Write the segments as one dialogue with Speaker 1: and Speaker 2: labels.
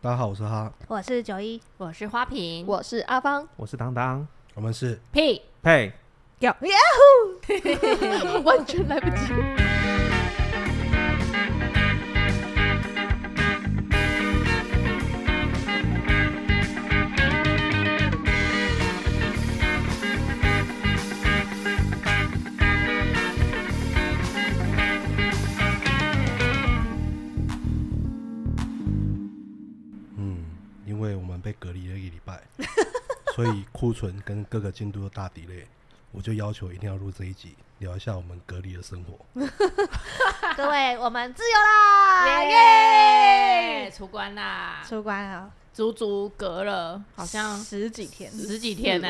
Speaker 1: 大家好，我是哈，
Speaker 2: 我是九一，
Speaker 3: 我是花瓶，
Speaker 4: 我是阿芳，
Speaker 5: 我是当当，
Speaker 1: 我们是
Speaker 3: 屁，
Speaker 5: 呸！
Speaker 2: 有
Speaker 4: 完全来不及。
Speaker 1: 嗯，因为我们被隔离了一个礼拜，所以库存跟各个进度都大 delay，我就要求一定要录这一集，聊一下我们隔离的生活。
Speaker 2: 各位，我们自由啦，耶！
Speaker 3: 耶，出关啦，
Speaker 2: 出关了，
Speaker 3: 足足隔了好像
Speaker 2: 十几天。
Speaker 3: 十几天呢、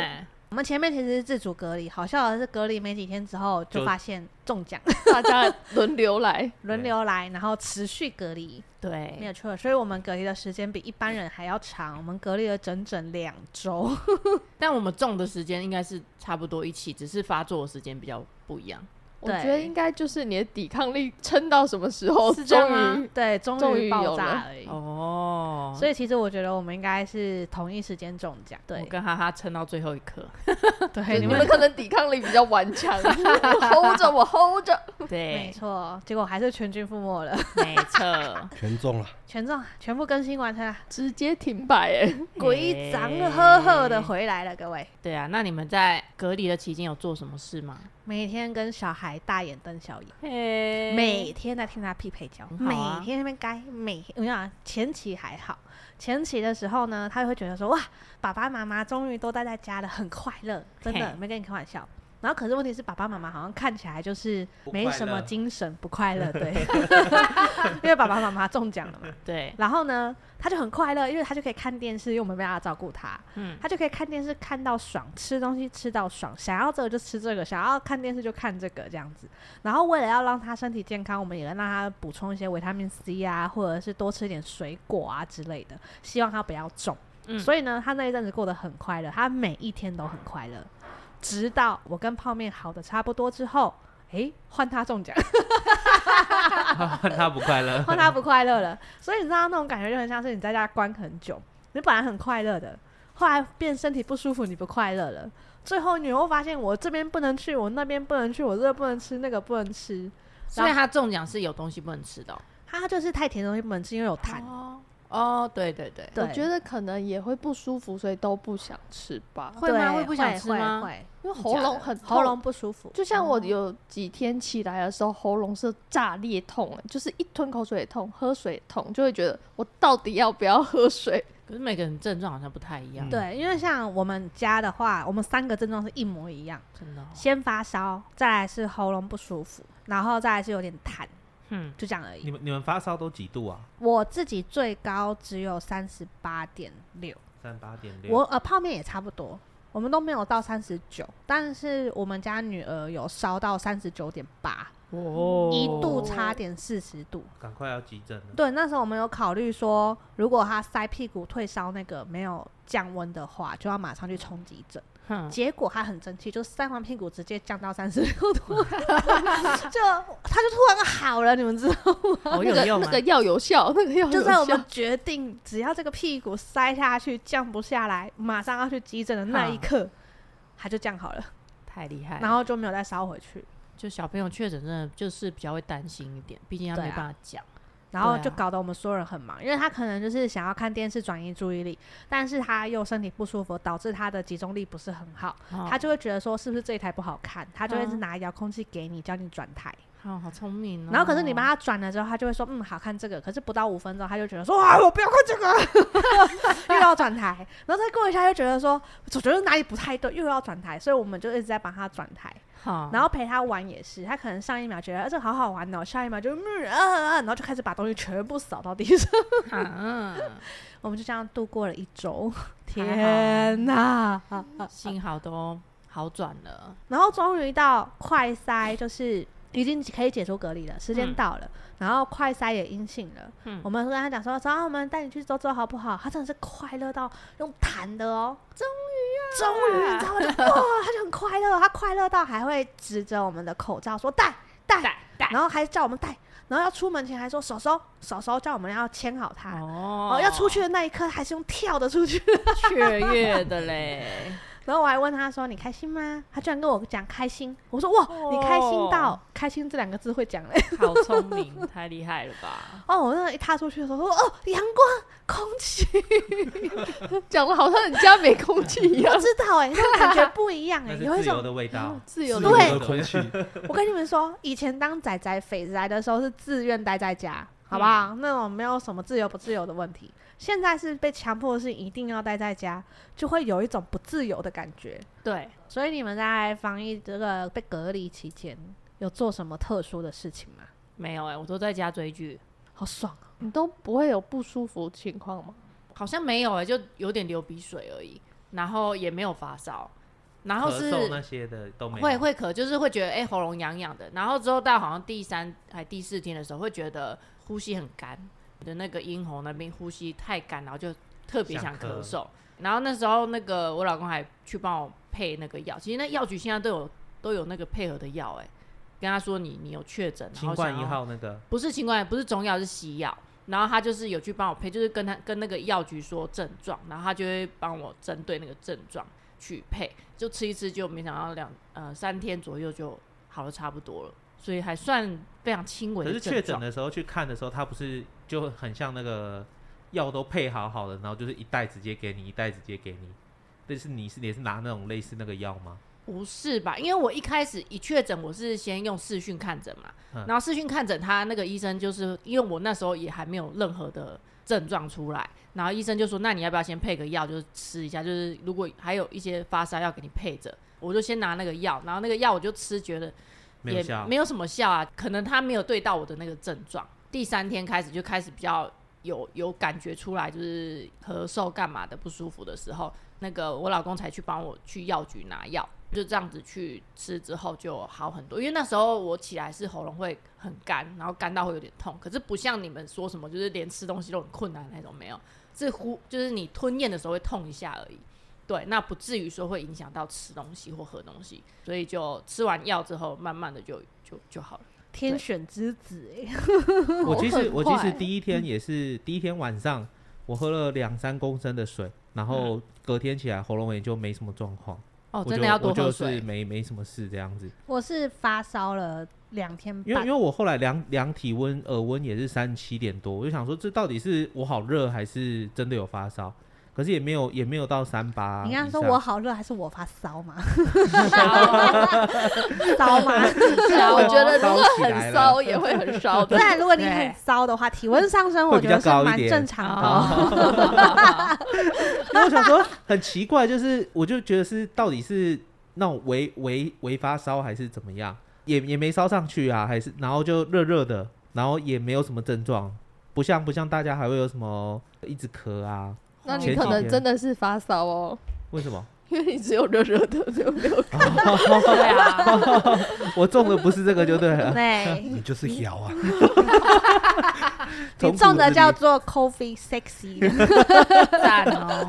Speaker 2: 我们前面其实是自主隔离，好笑的是隔离没几天之后就
Speaker 5: 就
Speaker 2: 发现中奖，
Speaker 4: 大家轮流来，
Speaker 2: 轮流来，然后持续隔离，没
Speaker 3: 对，
Speaker 2: 有错。所以我们隔离的时间比一般人还要长，我们隔离了整整两周。
Speaker 3: 但我们中的时间应该是差不多一起，只是发作的时间比较不一样。
Speaker 4: 我觉得应该就是你的抵抗力撑到什么时候，
Speaker 3: 是这样啊吗
Speaker 4: 哦终于
Speaker 2: 对，终
Speaker 4: 终
Speaker 2: 于
Speaker 4: 于
Speaker 2: 爆
Speaker 4: 有
Speaker 2: 炸
Speaker 4: 了
Speaker 2: 而已。
Speaker 3: 哦
Speaker 2: 所以其实我觉得我们应该是同一时间中奖，
Speaker 3: 我
Speaker 2: 对
Speaker 3: 跟哈哈撑到最后一刻。
Speaker 2: 对，
Speaker 4: 你
Speaker 2: 你
Speaker 4: 们
Speaker 2: 们
Speaker 4: 可能抵抗力比较顽强。我 hold 着，我 hold 着。
Speaker 2: 没
Speaker 3: 对，
Speaker 2: 错，结果还是全军覆没了，
Speaker 3: 没错，
Speaker 1: 全中了，
Speaker 2: 全中，全部更新完成了，
Speaker 4: 直接停摆哎！
Speaker 3: 嗯
Speaker 2: 鬼长呵呵的回来了，各位。
Speaker 3: 对啊。那你们在隔离的期间有做什么事吗？
Speaker 2: 每天跟小孩大眼瞪小眼，每
Speaker 3: 美
Speaker 2: 天在听他匹配教，
Speaker 3: 很
Speaker 2: 每
Speaker 3: 嗯好啊
Speaker 2: 天在那边该每天我跟你讲前期还好，前期的时候呢，他会觉得说哇，爸爸妈妈终于都待在家了，很快乐，真的
Speaker 3: 嘿
Speaker 2: 没跟你开玩笑。然后可是问题是，爸爸妈妈好像看起来就是没什么精神，不快乐， 对， 因为爸爸妈妈中奖了嘛。
Speaker 3: 对，
Speaker 2: 然后呢，他就很快乐，因为他就可以看电视，因为我们没办法照顾他，
Speaker 3: 嗯，
Speaker 2: 他就可以看电视看到爽，吃东西吃到爽，想要这个就吃这个，想要看电视就看这个这样子。然后为了要让他身体健康，我们也让他补充一些维他命 C 啊，或者是多吃一点水果啊之类的，希望他不要重。
Speaker 3: 嗯
Speaker 2: 所以呢，他那一阵子过得很快乐，他每一天都很快乐，直到我跟泡面好的差不多之后，诶，换他中奖。
Speaker 5: 他不 快 乐，
Speaker 2: 换他不快乐了。所以你知道那种感觉就很像是你在家关很久，你本来很快乐的，后来变身体不舒服，你不快乐了。最后你又发现我这边不能去，我那边不能去，我这个不能吃，那个不能吃。
Speaker 3: 所以他中奖是有东西不能吃的哦。
Speaker 2: 他就是太甜的东西不能吃，因为有痰。
Speaker 3: 哦哦，对对对，
Speaker 2: 对
Speaker 4: 我觉得可能也会不舒服，所以都不想吃吧，
Speaker 3: 会吗
Speaker 2: 对
Speaker 3: 会不想吃吗
Speaker 2: 会会
Speaker 4: 因为喉咙很
Speaker 2: 喉
Speaker 4: 痛
Speaker 2: 咙哦不舒服。
Speaker 4: 就像我有几天起来的时候，喉咙是炸裂痛、欸，就是一吞口水也痛，喝水也痛，就会觉得我到底要不要喝水？
Speaker 3: 可是每个人症状好像不太一样，
Speaker 5: 嗯
Speaker 2: 对，因为像我们家的话，我们三个症状是一模一样，
Speaker 3: 真的哦。
Speaker 2: 先发烧，再来是喉咙不舒服，然后再来是有点痰，
Speaker 3: 嗯，
Speaker 2: 就这样而已
Speaker 5: 你。们你们发烧都几度啊？
Speaker 2: 我自己最高只有三十八点六，
Speaker 5: 三八点六。
Speaker 2: 我呃泡面也差不多，我们都没有到三十九，但是我们家女儿有烧到三十九点八，
Speaker 3: 哦
Speaker 2: 一度差点四十度。
Speaker 5: 赶快要急诊了。
Speaker 2: 对，那时候我们有考虑说，如果她塞屁股退烧那个没有降温的话，就要马上去冲急诊。
Speaker 3: 哼
Speaker 2: 结果她很争气，就塞完屁股直接降到三十六度， 就她就突然好了，你们知道
Speaker 3: 我
Speaker 4: 那
Speaker 3: 有
Speaker 4: 个
Speaker 3: 用啊
Speaker 4: 那
Speaker 3: 吗
Speaker 4: 个？药有效，那个药
Speaker 2: 啊就在我
Speaker 4: 有效
Speaker 2: 们。决定只要这个屁股塞下去降不下来，马上要去急诊的那一刻，它就降好了，
Speaker 3: 太厉害了！
Speaker 2: 然后就没有再烧回去，
Speaker 3: 就小朋友确诊，真的就是比较会担心一点，毕竟他
Speaker 2: 对
Speaker 3: 没
Speaker 2: 啊
Speaker 3: 办法讲。
Speaker 2: 然后
Speaker 3: 对啊
Speaker 2: 就搞得我们所有人很忙，因为他可能就是想要看电视转移注意力，但是他又身体不舒服，导致他的集中力不是很好，
Speaker 3: 哦
Speaker 2: 他就会觉得说是不是这一台不好看，他就会是
Speaker 3: 嗯
Speaker 2: 拿遥控器给你叫你转台，
Speaker 3: 好好聪明哦。
Speaker 2: 然后可是你帮他转了之后，他就会说嗯好看这个，可是不到五分钟他就觉得说啊我不要看这个， 又要转台，然后再过一下又觉得说我觉得哪里不太对，又要转台，所以我们就一直在帮他转台，
Speaker 3: 好，
Speaker 2: 然后陪他玩也是，他可能上一秒觉得、啊、这好好玩哦，下一秒就嗯啊啊啊，然后就开始把东西全部扫到地上，
Speaker 3: 嗯，
Speaker 2: 我们就这样度过了一周，
Speaker 3: 还
Speaker 2: 天哪！
Speaker 3: 幸好都好转了。
Speaker 2: 然后终于到快筛，就是已经可以解除隔离了，时间到了，然后快筛也阴性了。
Speaker 3: 嗯
Speaker 2: 我们跟他讲说，走啊，我们带你去走走好不好？他真的是快乐到用弹的哦，终于啊，终于，你知道吗？就哇，他就很快乐，他快乐到还会指着我们的口罩说戴戴
Speaker 3: 戴戴
Speaker 2: 然后还叫我们戴。然后要出门前还说手手手手叫我们要牵好它。
Speaker 3: 哦
Speaker 2: 哦，要出去的那一刻还是用跳的出去，
Speaker 3: 雀跃的 嘞，
Speaker 2: 然后我还问他说：“你开心吗？”他居然跟我讲开心。我说：“哇，你开心到
Speaker 3: 哦
Speaker 2: 开心这两个字会讲嘞。”
Speaker 3: 好聪明，太厉害了吧？
Speaker 2: 哦，我那一踏出去的时候，说哦，阳光、空 气，
Speaker 4: 讲的好像你家没空气一样
Speaker 2: 不，知道哎、欸，那种感觉不一样哎、
Speaker 5: 那
Speaker 2: 欸，
Speaker 5: 是
Speaker 2: 有一
Speaker 5: 自由
Speaker 2: 种。
Speaker 5: 的味道，
Speaker 4: 自
Speaker 1: 自由
Speaker 4: 由
Speaker 2: 的
Speaker 4: 的
Speaker 2: 对
Speaker 1: 的空气，
Speaker 2: 我跟你们说，以前当仔仔、肥仔的时候是自愿待在家，
Speaker 5: 嗯
Speaker 2: 好不好？那种没有什么自由不自由的问题。现在是被强迫是一定要待在家，就会有一种不自由的感觉。
Speaker 4: 对，
Speaker 2: 所以你们在防疫这个被隔离期间，有做什么特殊的事情吗？
Speaker 3: 没有哎、我都在家追剧，
Speaker 2: 好爽啊！
Speaker 4: 你都不会有不舒服情况吗？
Speaker 3: 好像没有哎、就有点流鼻水而已，然后也没有发烧，然后
Speaker 5: 咳
Speaker 3: 是
Speaker 5: 嗽那些的都没有。
Speaker 3: 会会咳，就是会觉得哎、喉咙痒痒的，然后之后到好像第三还第四天的时候，会觉得呼吸很干，我的那个咽喉那边呼吸太干，然后就特别想
Speaker 5: 想
Speaker 3: 咳
Speaker 5: 咳
Speaker 3: 嗽。然后那时候那个我老公还去帮我配那个药，其实那药局现在都有都有那个配合的药，哎，跟他说你你有确诊，然
Speaker 5: 新
Speaker 3: 后想
Speaker 5: 冠一
Speaker 3: 要
Speaker 5: 号那个
Speaker 3: 不是新冠，不是中药，是西药。然后他就是有去帮我配，就是跟他跟那个药局说症状，然后他就会帮我针对那个症状去配，就吃一吃，就没想到两呃三天左右就好了差不多了，所以还算非常轻微
Speaker 5: 可
Speaker 3: 的
Speaker 5: 是
Speaker 3: 症状。
Speaker 5: 确诊的时候去看的时候，他不是就很像那个药都配好好的，然后就是一袋直接给你，一袋直接给你。但是你是也是拿那种类似那个药吗？
Speaker 3: 不是吧？因为我一开始一确诊，我是先用视讯看诊嘛，
Speaker 5: 嗯
Speaker 3: 然后视讯看诊，他那个医生就是因为我那时候也还没有任何的症状出来，然后医生就说，那你要不要先配个药，就是吃一下，就是如果还有一些发烧药给你配着，我就先拿那个药，然后那个药我就吃，觉得
Speaker 5: 没有
Speaker 3: 也
Speaker 5: 效
Speaker 3: 没，有什么效啊，可能他没有对到我的那个症状。第三天开始就开始比较有有感觉出来，就是咳嗽干嘛的不舒服的时候，那个我老公才去帮我去药局拿药，就这样子去吃之后就好很多。因为那时候我起来是喉咙会很干，然后干到会有点痛，可是不像你们说什么就是连吃东西都很困难那种没有，是呼就是你吞咽的时候会痛一下而已。对，那不至于说会影响到吃东西或喝东西，所以就吃完药之后，慢慢的就就就好了。
Speaker 2: 天选之子、欸，
Speaker 5: 我其实
Speaker 4: 很
Speaker 5: 我其实
Speaker 4: 快
Speaker 5: 第一天也是第一天晚上，我喝了两三公升的水，然后隔天起来喉咙也就没什么状况。
Speaker 3: 哦，
Speaker 5: 我
Speaker 3: 真
Speaker 5: 就
Speaker 3: 的要多
Speaker 5: 我
Speaker 3: 喝
Speaker 5: 就是
Speaker 3: 水。
Speaker 5: 没没什么事这样子，
Speaker 2: 我是发烧了两天
Speaker 5: 因为因
Speaker 2: 半
Speaker 5: 为，我后来量量体温，耳温也是三十七点多，我就想说这到底是我好热还是真的有发烧？可是也没有也没有到三八以上。
Speaker 2: 你刚刚说我好热，还是我发烧 吗？
Speaker 3: 好
Speaker 2: 烧吗？
Speaker 4: 虽
Speaker 3: 啊
Speaker 4: 然我觉得如
Speaker 5: 烧
Speaker 4: 果
Speaker 5: 起来 了
Speaker 4: 很 烧也会很 烧的
Speaker 2: 不，然如果你
Speaker 3: 对
Speaker 2: 很骚的话，体温上升，
Speaker 5: 会
Speaker 2: 我
Speaker 5: 比
Speaker 2: 觉
Speaker 5: 较
Speaker 2: 得是
Speaker 5: 高一
Speaker 2: 蛮
Speaker 5: 点
Speaker 2: 正常的哦。
Speaker 3: 好
Speaker 5: 因为我想说很奇怪，就是我就觉得是到底是那种微微微发烧还是怎么样，也也没烧上去啊，还是然后就热热的，然后也没有什么症状，不像不像大家还会有什么一直咳啊？
Speaker 4: 那你
Speaker 5: 前
Speaker 4: 可
Speaker 5: 几
Speaker 4: 能
Speaker 5: 天
Speaker 4: 真的是发烧哦，
Speaker 5: 为什么？
Speaker 4: 因为你只有热热的，没有没有
Speaker 3: 对啊，
Speaker 5: 我中的不是这个就对了，
Speaker 2: 哦对，
Speaker 1: 你就是摇啊，
Speaker 5: 从
Speaker 2: 你
Speaker 5: 骨
Speaker 2: 中的
Speaker 5: 子
Speaker 2: 叫
Speaker 5: 里
Speaker 2: 做 coffee sexy。
Speaker 3: 赞哦！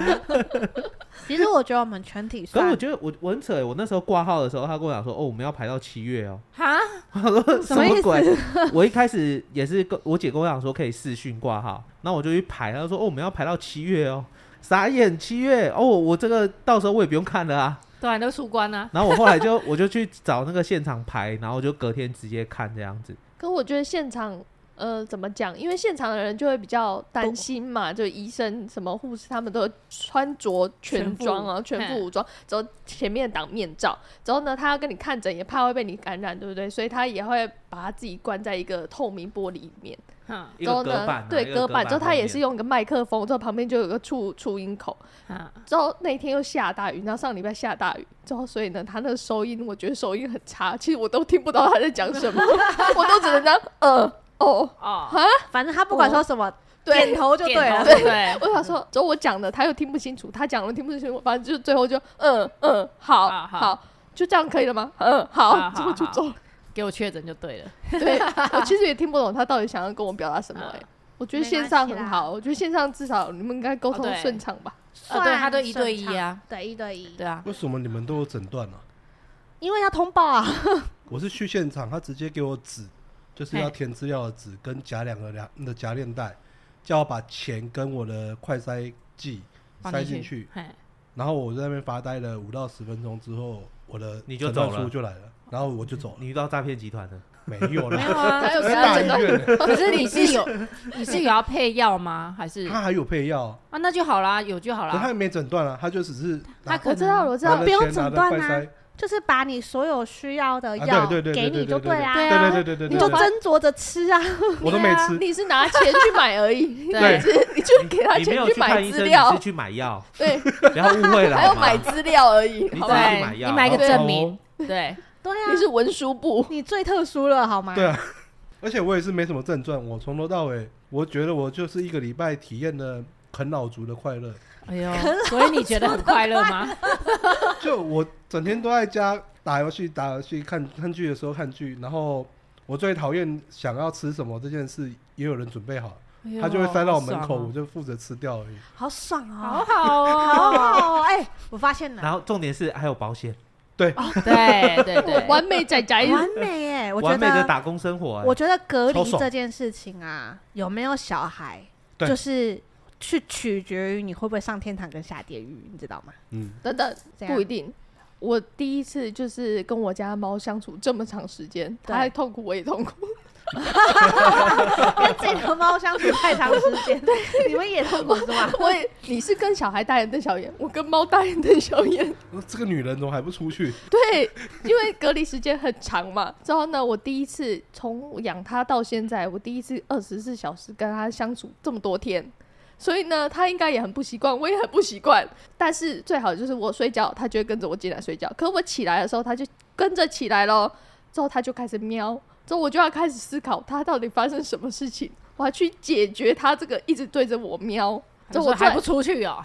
Speaker 2: 其实我觉得我们全体
Speaker 5: 可是我
Speaker 2: 算
Speaker 5: 觉得我我很扯欸，我那时候挂号的时候，他跟我讲说，哦，我们要排到七月哦。
Speaker 3: 哈，
Speaker 5: 我说
Speaker 2: 什
Speaker 5: 什
Speaker 2: 么意
Speaker 5: 么
Speaker 2: 思
Speaker 5: 鬼？ 我一开始也是跟我姐跟我讲说可以视讯挂号，那我就去排，她说哦我们要排到七月哦，傻眼七月哦，我这个到时候我也不用看了啊。
Speaker 3: 对啊，你都出关啊。
Speaker 5: 然后我后来 就我就去找那个现场排，然后就隔天直接看这样子。
Speaker 4: 可我觉得现场，呃，怎么讲？因为现场的人就会比较担心嘛，就医生、什么护士，他们都穿着全装啊，
Speaker 3: 全
Speaker 4: 全
Speaker 3: 副
Speaker 4: 副武装，之后前面挡面罩，之后呢，他要跟你看诊，也怕会被你感染，对不对？所以他也会把他自己关在一个透明玻璃里面，
Speaker 3: 哈
Speaker 5: 一
Speaker 4: 之后
Speaker 5: 个隔
Speaker 4: 呢，
Speaker 5: 板啊，一
Speaker 4: 对
Speaker 5: 个隔
Speaker 4: 板，之后他
Speaker 5: 后
Speaker 4: 也
Speaker 5: 面
Speaker 4: 是用一个麦克风，之后旁边就有个触触音口，
Speaker 3: 哈，
Speaker 4: 之后那一天又下大雨，然后上礼拜下大雨，之后所以呢，他那个收音我觉得收音很差，其实我都听不到他在讲什么， 我都只能这样呃哦，
Speaker 3: 哦，
Speaker 2: 得，反正他不管说什么，
Speaker 4: 对
Speaker 2: 点头就对
Speaker 3: 点头
Speaker 2: 了。
Speaker 3: 对不对，
Speaker 4: 我想说，之后我讲的他又听不清楚，他讲的听不清楚，反正就最后就嗯嗯好
Speaker 3: 好好
Speaker 4: 就这样可以了吗？嗯好，
Speaker 3: 好
Speaker 4: 之后就
Speaker 3: 好
Speaker 4: 走了。
Speaker 3: 给我确诊就对了。
Speaker 4: 对我其实也听不懂他到底想要跟我表达什么哎、
Speaker 3: 嗯
Speaker 4: 我觉得
Speaker 2: 没
Speaker 4: 线
Speaker 2: 关
Speaker 4: 上
Speaker 2: 系
Speaker 4: 很
Speaker 2: 啦
Speaker 4: 好，我觉得线上至少你们应该沟
Speaker 3: 哦
Speaker 4: 通
Speaker 3: 对
Speaker 4: 顺畅吧。
Speaker 3: 哦，对，他都一对一
Speaker 2: 算
Speaker 3: 啊，
Speaker 2: 正常，对一对一，
Speaker 3: 对啊，
Speaker 1: 为什么你们都有诊断呢、
Speaker 2: 因为要通报啊。
Speaker 1: 我是去现场，他直接给我指就是要
Speaker 3: 嘿
Speaker 1: 填资料的纸跟夹两个两的夹链袋，叫我把钱跟我的快筛剂
Speaker 3: 放
Speaker 1: 塞进去
Speaker 3: 去，，嘿，
Speaker 1: 然后我在那边发呆了五到十分钟之后，我的
Speaker 5: 你就
Speaker 1: 诊断
Speaker 5: 走了
Speaker 1: 书就来了，然后我就走了，
Speaker 5: 你遇到诈骗集团了，
Speaker 1: 没有
Speaker 3: 没
Speaker 1: 啦，
Speaker 3: 有啊。
Speaker 4: 还有
Speaker 1: 这
Speaker 4: 其
Speaker 1: 是
Speaker 4: 他
Speaker 1: 大
Speaker 4: 诊
Speaker 1: 医
Speaker 4: 断，
Speaker 1: 院欸，
Speaker 3: 可是你是 有你是有要配药吗？还是
Speaker 1: 他还有配药，
Speaker 3: 啊，那就好啦，有就好
Speaker 1: 可他
Speaker 3: 啦。
Speaker 1: 也没诊断啊，他就只是拿
Speaker 3: 他可能
Speaker 4: 我知道了，我知
Speaker 1: 拿
Speaker 4: 道
Speaker 1: 了
Speaker 4: 了，
Speaker 2: 不用
Speaker 1: 钱拿了
Speaker 2: 诊断
Speaker 1: 快
Speaker 2: 啊
Speaker 1: 筛
Speaker 2: 就是把你所有需要的
Speaker 1: 啊
Speaker 2: 药
Speaker 1: 对对对
Speaker 2: 给
Speaker 1: 对
Speaker 2: 你就
Speaker 1: 对对
Speaker 2: 啦，
Speaker 3: 对
Speaker 5: 对
Speaker 3: 啊，
Speaker 5: 对对对
Speaker 2: 你
Speaker 5: 对
Speaker 2: 就
Speaker 5: 对，
Speaker 2: 斟酌着吃啊。
Speaker 1: 我都没
Speaker 3: 对啊
Speaker 1: 吃，
Speaker 4: 你是拿钱去买而已， 你
Speaker 3: 对
Speaker 4: 只你就给他
Speaker 5: 你没
Speaker 4: 钱
Speaker 5: 有去
Speaker 4: 买
Speaker 5: 看医
Speaker 4: 资
Speaker 5: 生，你
Speaker 4: 料
Speaker 5: 是，去买药，
Speaker 4: 对，
Speaker 5: 不要误会了，
Speaker 4: 还要
Speaker 5: 好吗
Speaker 4: 买资料而已，
Speaker 5: 你
Speaker 4: 好
Speaker 5: 自己去买
Speaker 4: 吧？
Speaker 3: 对
Speaker 5: 药，
Speaker 3: 你买个
Speaker 5: 好不好
Speaker 3: 证明，对，
Speaker 2: 对啊
Speaker 4: 你，是文书部，
Speaker 2: 你最特殊了好吗？
Speaker 1: 对啊，而且我也是没什么症状，我从头到尾，我觉得我就是一个礼拜体验了啃老族的快乐，
Speaker 3: 哎呦，所以你觉得很快乐吗？
Speaker 1: 就我整天都在家打游戏、打游戏、看看剧的时候看剧，然后我最讨厌想要吃什么这件事，也有人准备好，
Speaker 3: 哎呦
Speaker 1: 他就会塞到我门口，
Speaker 3: 好爽啊
Speaker 1: 我就负责吃掉而已。
Speaker 2: 好爽
Speaker 3: 哦好
Speaker 2: 哦，
Speaker 3: 好
Speaker 2: 好
Speaker 3: 哦，
Speaker 2: 好哦！哎，我发现了，
Speaker 5: 然后重点是还有保险，
Speaker 3: 对对 对，
Speaker 4: 完美仔仔，
Speaker 2: 完美哎，我觉
Speaker 5: 完美的
Speaker 2: 得
Speaker 5: 打工生活、哎
Speaker 2: 我觉得隔
Speaker 1: 超
Speaker 2: 离
Speaker 1: 爽
Speaker 2: 这件事情啊，有没有小孩，
Speaker 1: 对
Speaker 2: 就是去取决于你会不会上天堂跟下地狱，你知道吗？
Speaker 1: 嗯，
Speaker 4: 等等，
Speaker 2: 这样
Speaker 4: 不一定。我第一次就是跟我家猫相处这么长时间，
Speaker 2: 对
Speaker 4: 它还痛苦，我也痛苦。
Speaker 2: 跟自己的猫相处太长时间，对，你们也痛苦是吗？
Speaker 4: 我也，你是跟小孩大眼瞪小眼，我跟猫大眼瞪小眼。
Speaker 1: 这个女人怎么还不出去？
Speaker 4: 对，因为隔离时间很长嘛。之后呢，我第一次从养它到现在，我第一次二十四小时跟它相处这么多天，所以呢，它应该也很不习惯，我也很不习惯。但是最好就是我睡觉，它就会跟着我进来睡觉。可我起来的时候，它就跟着起来咯。之后它就开始喵，之后我就要开始思考它到底发生什么事情，我要去解决它这个一直对着我喵。之
Speaker 3: 这
Speaker 4: 后我
Speaker 3: 我
Speaker 4: 最
Speaker 3: 还不出去哦，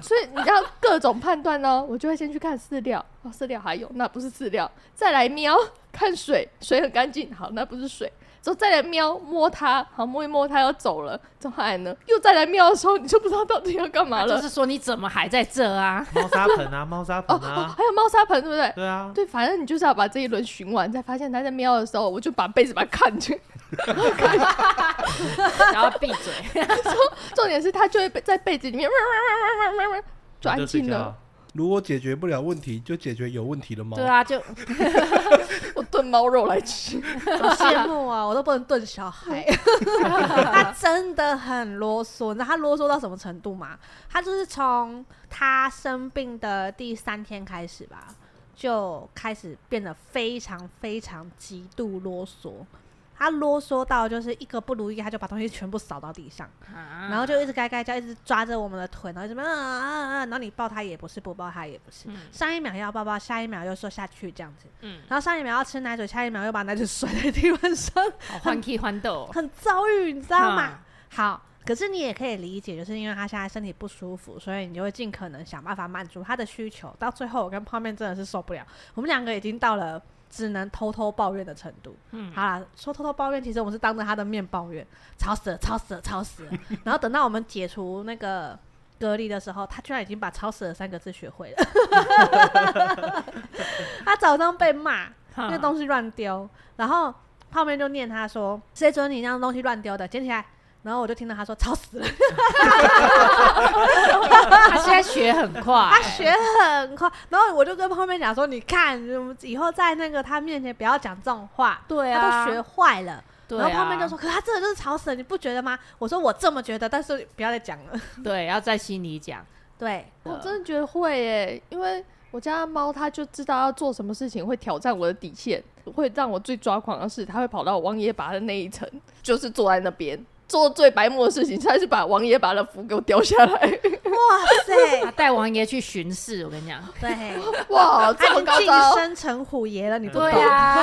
Speaker 4: 所以你知道各种判断呢，我就会先去看饲料，哦，饲料还有，那不是饲料，再来瞄看水，水很干净，好，那不是水，之后再来瞄摸它，好摸一摸它要走了，之后来呢又再来瞄的时候，你就不知道到底要干嘛
Speaker 3: 啊
Speaker 4: 了。
Speaker 3: 就是说你怎么还在这啊？
Speaker 5: 猫砂盆啊，猫砂
Speaker 4: 哦
Speaker 5: 盆
Speaker 4: 哦，
Speaker 5: 啊，
Speaker 4: 还有猫砂盆，对不对？
Speaker 5: 对啊，
Speaker 4: 对，反正你就是要把这一轮循完，才发现它在喵的时候，我就把被子把它看去。
Speaker 3: 然后 闭嘴，
Speaker 4: 重点是它就会被在被子里面
Speaker 5: 那
Speaker 4: 就安
Speaker 5: 睡
Speaker 4: 静
Speaker 5: 觉
Speaker 4: 了
Speaker 5: 啊。。
Speaker 1: 如果解决不了问题，就解决有问题的猫。
Speaker 3: 对啊，就
Speaker 4: 我炖猫肉来吃。
Speaker 2: 好羡慕啊！我都不能炖小孩， 他真的很啰嗦。你知道他啰嗦到什么程度吗？他就是从他生病的第三天开始吧，就开始变得非常非常极度啰嗦。他啰嗦到就是一个不如意，他就把东西全部扫到地上，然
Speaker 3: 然
Speaker 2: 后就一直该该叫，一直抓着我们的腿，然后怎么啊啊啊啊！然后你抱他也不是，不抱他也不是，
Speaker 3: 嗯
Speaker 2: 上一秒要抱抱，下一秒又说下去这样子。
Speaker 3: 嗯，
Speaker 2: 然后上一秒要吃奶嘴，下一秒又把奶嘴甩在地板上，
Speaker 3: 好换 key 换豆，
Speaker 2: 很遭遇，你知道吗
Speaker 3: 啊？
Speaker 2: 好，可是你也可以理解，就是因为他现在身体不舒服，所以你就会尽可能想办法满足他的需求。到最后，我跟泡面真的是受不了，我们两个已经到了只能偷偷抱怨的程度。
Speaker 3: 嗯，
Speaker 2: 好啦，说偷偷抱怨，其实我们是当着他的面抱怨，吵死了，吵死了，吵死了。然后等到我们解除那个隔离的时候，他居然已经把“吵死了”三个字学会了。 他早上被骂，
Speaker 3: 哈
Speaker 2: 那东西乱丢，然后泡面就念他说：“谁准你让东西乱丢的？捡起来。”然后我就听到他说：“吵死了！”
Speaker 3: 他现在学很快
Speaker 2: 他，学很快。然后我就跟泡面讲说：“你看，以后在那个他面前不要讲这种话。”
Speaker 3: 对
Speaker 2: 他
Speaker 3: 啊，
Speaker 2: 都学坏了。
Speaker 3: 对
Speaker 2: 然
Speaker 3: 啊，
Speaker 2: 后泡面就说：“可他真的就是吵死了，你不觉得吗？”我说：“我这么觉得，但是不要再讲了。
Speaker 3: 对，要在心里讲，”
Speaker 2: 对，
Speaker 4: 我真的觉得会耶，因为我家的猫它就知道要做什么事情会挑战我的底线，会让我最抓狂的是，它会跑到王爷拔的那一层，就是坐在那边做最白目的事情，它是把王爷拔的符给我叼下 来。
Speaker 2: 哇
Speaker 3: 他
Speaker 2: 塞，
Speaker 3: 带王爷去巡视，我跟你讲，
Speaker 2: 对，
Speaker 4: 哇，
Speaker 2: 他
Speaker 4: 这
Speaker 2: 已
Speaker 4: 么
Speaker 2: 经
Speaker 4: 高
Speaker 2: 晋
Speaker 4: 招！
Speaker 2: 升成虎爷了，你不懂
Speaker 3: 对。啊，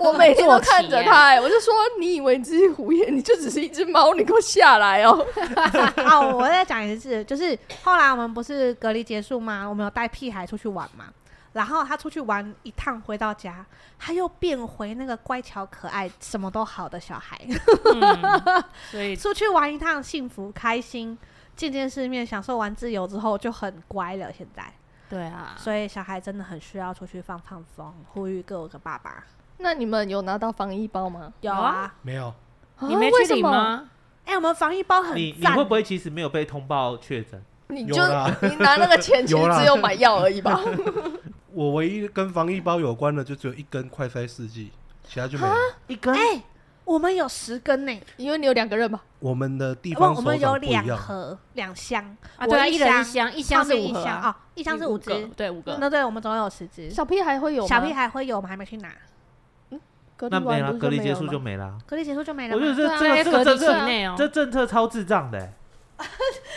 Speaker 4: 我每天都
Speaker 3: 坐骑
Speaker 4: 看着
Speaker 3: 耶
Speaker 4: 它，哎我就说你以为你自己虎爷，你就只是一只猫，你给我下来哦！
Speaker 2: 啊，我再讲一次，就是后来我们不是隔离结束吗？我们有带屁孩出去玩嘛。然后他出去玩一趟，回到家，他又变回那个乖巧可爱、什么都好的小孩。
Speaker 3: 嗯所以
Speaker 2: 出去玩一趟，幸福开心，见见世面，享受完自由之后就很乖了。现在，
Speaker 3: 对啊，
Speaker 2: 所以小孩真的很需要出去放放风，呼吁各个爸爸。
Speaker 4: 那你们有拿到防疫包吗？
Speaker 2: 有
Speaker 3: 啊
Speaker 2: 啊，
Speaker 1: 没有，
Speaker 4: 啊
Speaker 3: 你没
Speaker 4: 为
Speaker 3: 去
Speaker 4: 什
Speaker 3: 领
Speaker 4: 么？
Speaker 3: 吗？
Speaker 2: 哎、我们防疫包很
Speaker 5: 你你
Speaker 2: 赞
Speaker 5: 会不会其实没有被通报确诊？
Speaker 4: 你
Speaker 1: 有
Speaker 4: 就
Speaker 1: 啦
Speaker 4: 你拿那个钱，其实
Speaker 1: 有啦
Speaker 4: 只有买药而已吧？
Speaker 1: 我唯一跟防疫包有关的就只有一根快筛试剂，其他就没有。
Speaker 5: 一根
Speaker 2: 哎、我们有十根呢、
Speaker 4: 因为你有两个人吧？
Speaker 1: 我们的地
Speaker 2: 不，
Speaker 1: 方
Speaker 2: 我
Speaker 1: 首
Speaker 2: 们有
Speaker 1: 长不一
Speaker 2: 两
Speaker 1: 样，
Speaker 2: 盒两箱，
Speaker 3: 啊，
Speaker 2: 我
Speaker 3: 对啊，
Speaker 2: 一
Speaker 3: 一人一
Speaker 2: 箱
Speaker 3: 箱，一
Speaker 2: 上
Speaker 3: 箱是
Speaker 2: 面一
Speaker 3: 五盒
Speaker 2: 箱
Speaker 3: 啊，
Speaker 2: 哦，一箱是五
Speaker 3: 五个
Speaker 2: 支，
Speaker 3: 对，五个。
Speaker 2: 那对我们总共有十支。
Speaker 4: 小屁孩会有吗？
Speaker 2: 小屁孩会有，我们还没去拿，
Speaker 4: 隔离
Speaker 5: 那没
Speaker 4: 完
Speaker 5: 了，
Speaker 4: 不是
Speaker 5: 隔离
Speaker 4: 没
Speaker 5: 结
Speaker 4: 有
Speaker 5: 束
Speaker 4: 吗
Speaker 5: 就没了。
Speaker 2: 隔离结束就没了
Speaker 5: 我
Speaker 2: 吗。
Speaker 5: 觉得这
Speaker 3: 对啊
Speaker 5: 这
Speaker 3: 要
Speaker 5: 个这个
Speaker 3: 隔离
Speaker 5: 政
Speaker 3: 期
Speaker 5: 策，
Speaker 3: 内哦。
Speaker 5: 这政策超智障的欸。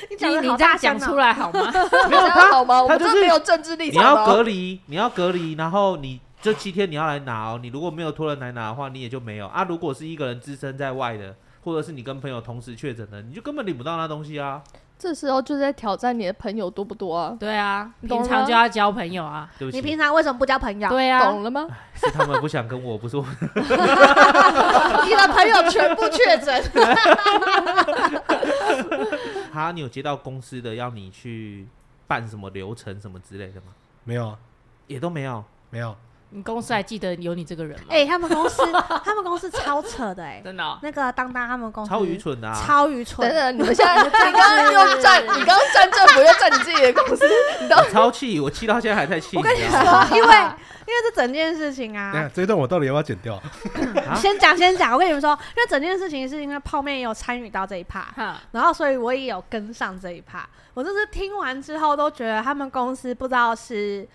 Speaker 2: 你讲
Speaker 3: 你
Speaker 2: 的
Speaker 3: 你
Speaker 2: 好
Speaker 3: 这样
Speaker 2: 大
Speaker 3: 讲
Speaker 2: 声
Speaker 3: 出
Speaker 2: 哦，
Speaker 3: 来好吗？
Speaker 5: 没有
Speaker 4: 这样
Speaker 5: 他，
Speaker 4: 好吗？我
Speaker 5: 他
Speaker 4: 们
Speaker 5: 就
Speaker 4: 这
Speaker 5: 是
Speaker 4: 没有政治立
Speaker 5: 你
Speaker 4: 场的
Speaker 5: 要
Speaker 4: 哦。
Speaker 5: 隔离，你要隔离，然后你这七天你要来拿哦。你如果没有托人来拿的话，你也就没有啊。如果是一个人置身在外的，或者是你跟朋友同时确诊的，你就根本领不到那东西啊。
Speaker 4: 这时候就在挑战你的朋友多不多啊？
Speaker 3: 对啊，平
Speaker 4: 懂了
Speaker 3: 常就要交朋友啊。
Speaker 5: 对不
Speaker 2: 你
Speaker 5: 起
Speaker 2: 平，常为什么不交朋友？
Speaker 3: 对啊
Speaker 4: 懂，了吗？
Speaker 5: 是他们不想跟我，不 是我。
Speaker 4: 你的朋友全部确诊，
Speaker 5: 他，你有接到公司的要你去办什么流程什么之类的吗？
Speaker 1: 没有啊，
Speaker 5: 也都没有。
Speaker 1: 没有。
Speaker 3: 你公司还记得有你这个人吗？
Speaker 2: 哎、他们公司 他们公司超扯的哎、
Speaker 3: 真的哦，
Speaker 2: 那个当当他们公司
Speaker 5: 超愚、蠢的、啊，
Speaker 2: 超愚
Speaker 4: 等
Speaker 2: 蠢，
Speaker 4: 等，你们现 在，你刚刚又站，你刚刚站政府，又站你自己的公司，你到
Speaker 5: 我超气，我气到现在还在气。
Speaker 2: 我跟
Speaker 5: 你
Speaker 2: 你
Speaker 5: 知道吗
Speaker 2: 说，因为因为这整件事
Speaker 1: 等
Speaker 2: 情
Speaker 1: 一下
Speaker 2: 啊。
Speaker 1: 这一段我到底要不要剪掉？
Speaker 5: 啊
Speaker 2: 先讲先讲，我跟你们说，因为整件事情是因为泡面也有参与到这一趴，
Speaker 3: 哈，
Speaker 2: 然后所以我也有跟上这一趴。我这次听完之后都觉得他们公司不知道是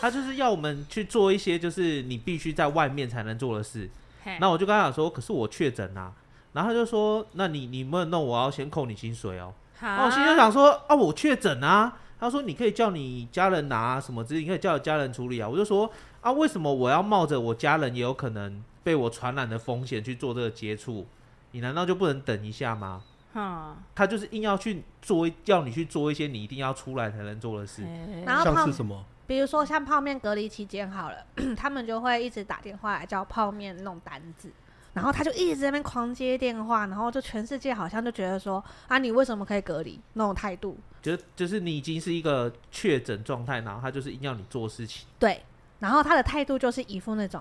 Speaker 5: 他就是要我们去做一些就是你必须在外面才能做的事。
Speaker 3: 嘿
Speaker 5: 那我就跟他讲说，可是我确诊啦、然后他就说，那你你没有弄，我要先扣你薪水哦。然后我心里就想说，啊，我确诊啊。他说你可以叫你家人拿什么之类，你可以叫你家人处理啊。我就说啊，为什么我要冒着我家人也有可能被我传染的风险去做这个接触？你难道就不能等一下吗？
Speaker 3: 哈，
Speaker 5: 他就是硬要去做一，要你去做一些你一定要出来才能做的事。
Speaker 3: 哎
Speaker 2: 然后啊泡
Speaker 1: 像是什么？
Speaker 2: 比如说像泡面隔离期间好了， 他们就会一直打电话来叫泡面弄单子，然后他就一直在那边狂接电话，然后就全世界好像就觉得说啊，你为什么可以隔离那种态度？
Speaker 5: 就就是你已经是一个确诊状态，然后他就是硬要你做事情。
Speaker 2: 对，然后他的态度就是一副那种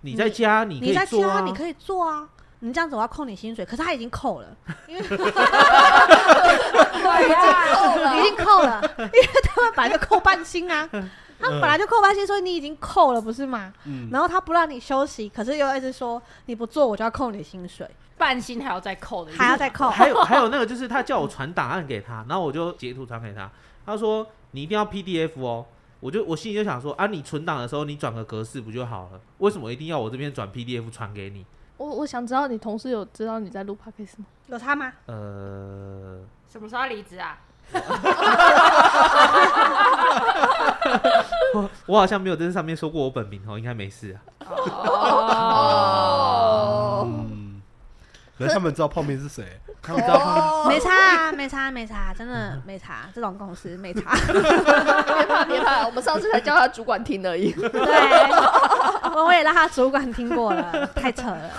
Speaker 5: 你在家，你
Speaker 2: 嗯
Speaker 5: 可
Speaker 2: 你在
Speaker 5: 以做
Speaker 2: 家
Speaker 5: 啊，
Speaker 2: 你可以做啊。你这样子我要扣你薪水，可是他已经扣 了，因为
Speaker 3: 啊
Speaker 2: 已 经扣了，因为他们本来就扣半薪 啊，他们本来就扣半薪，所以你已经扣了不是吗？
Speaker 1: 嗯，
Speaker 2: 然后他不让你休息，可是又一直说你不做我就要扣你薪水，
Speaker 3: 半薪还要再扣的意思，
Speaker 2: 还要再扣。
Speaker 5: 还有还有那个就是他叫我传档案给他，然后我就截图传给他，他说你一定要 PDF 哦。我就我心里就想说啊，你存档的时候你转个格式不就好了？为什么一定要我这边转 PDF 传给你？
Speaker 4: 我我想知道你同事有知道你在录 podcast 吗？
Speaker 2: 有差吗？
Speaker 5: 呃，
Speaker 3: 什么时候要离职啊？
Speaker 5: 我我好像没有在这上面说过我本名哦，应该没事啊。
Speaker 4: 哦，
Speaker 1: 嗯，可是他们知道泡面是谁，
Speaker 5: 他们知道他们
Speaker 2: 没差啊，没差，没差，真的没差。这种公司没差。
Speaker 4: 别怕别怕，我们上次才叫他主管听而已。
Speaker 2: 对，我我也让他主管听过了，太扯了。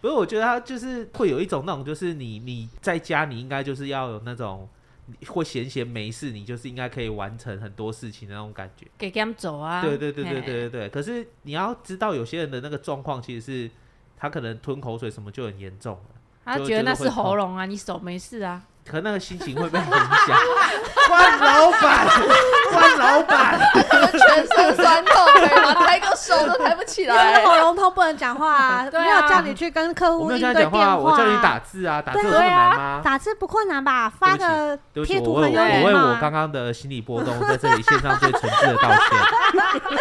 Speaker 5: 不是，我觉得他就是会有一种那种，就是你你在家，你应该就是要有那种你会闲闲没事，你就是应该可以完成很多事情的那种感觉。
Speaker 3: 给 Gam 走啊！
Speaker 5: 对对对对对
Speaker 3: 嘿，
Speaker 5: 对对。可是你要知道，有些人的那个状况其实是他可能吞口水什么就很严重了，
Speaker 3: 他
Speaker 5: 就
Speaker 3: 觉得那
Speaker 5: 就是
Speaker 3: 是
Speaker 5: 会痛
Speaker 3: 喉咙啊，你手没事 啊。
Speaker 5: 可能那个心情会被影响。关老板，关老板，
Speaker 4: 我们全身酸痛，可以吗？抬个手都抬不起
Speaker 2: 因为
Speaker 4: 来。
Speaker 2: 喉咙痛不能讲话啊，
Speaker 3: 对啊
Speaker 2: 没有叫你去跟客
Speaker 5: 我
Speaker 2: 户
Speaker 5: 没有
Speaker 2: 应
Speaker 5: 叫
Speaker 2: 对
Speaker 5: 你讲
Speaker 2: 电
Speaker 5: 话，
Speaker 2: 话。
Speaker 5: 我叫你打字啊，打字有这么难吗？
Speaker 2: 打字不困难吧？发个
Speaker 5: 对不起，
Speaker 2: 贴图
Speaker 5: 我为
Speaker 2: 很
Speaker 5: 我
Speaker 2: 有礼
Speaker 5: 我为
Speaker 2: 貌
Speaker 5: 我
Speaker 2: 啊
Speaker 5: 刚刚的心理波动在这里线上对诚挚的道歉，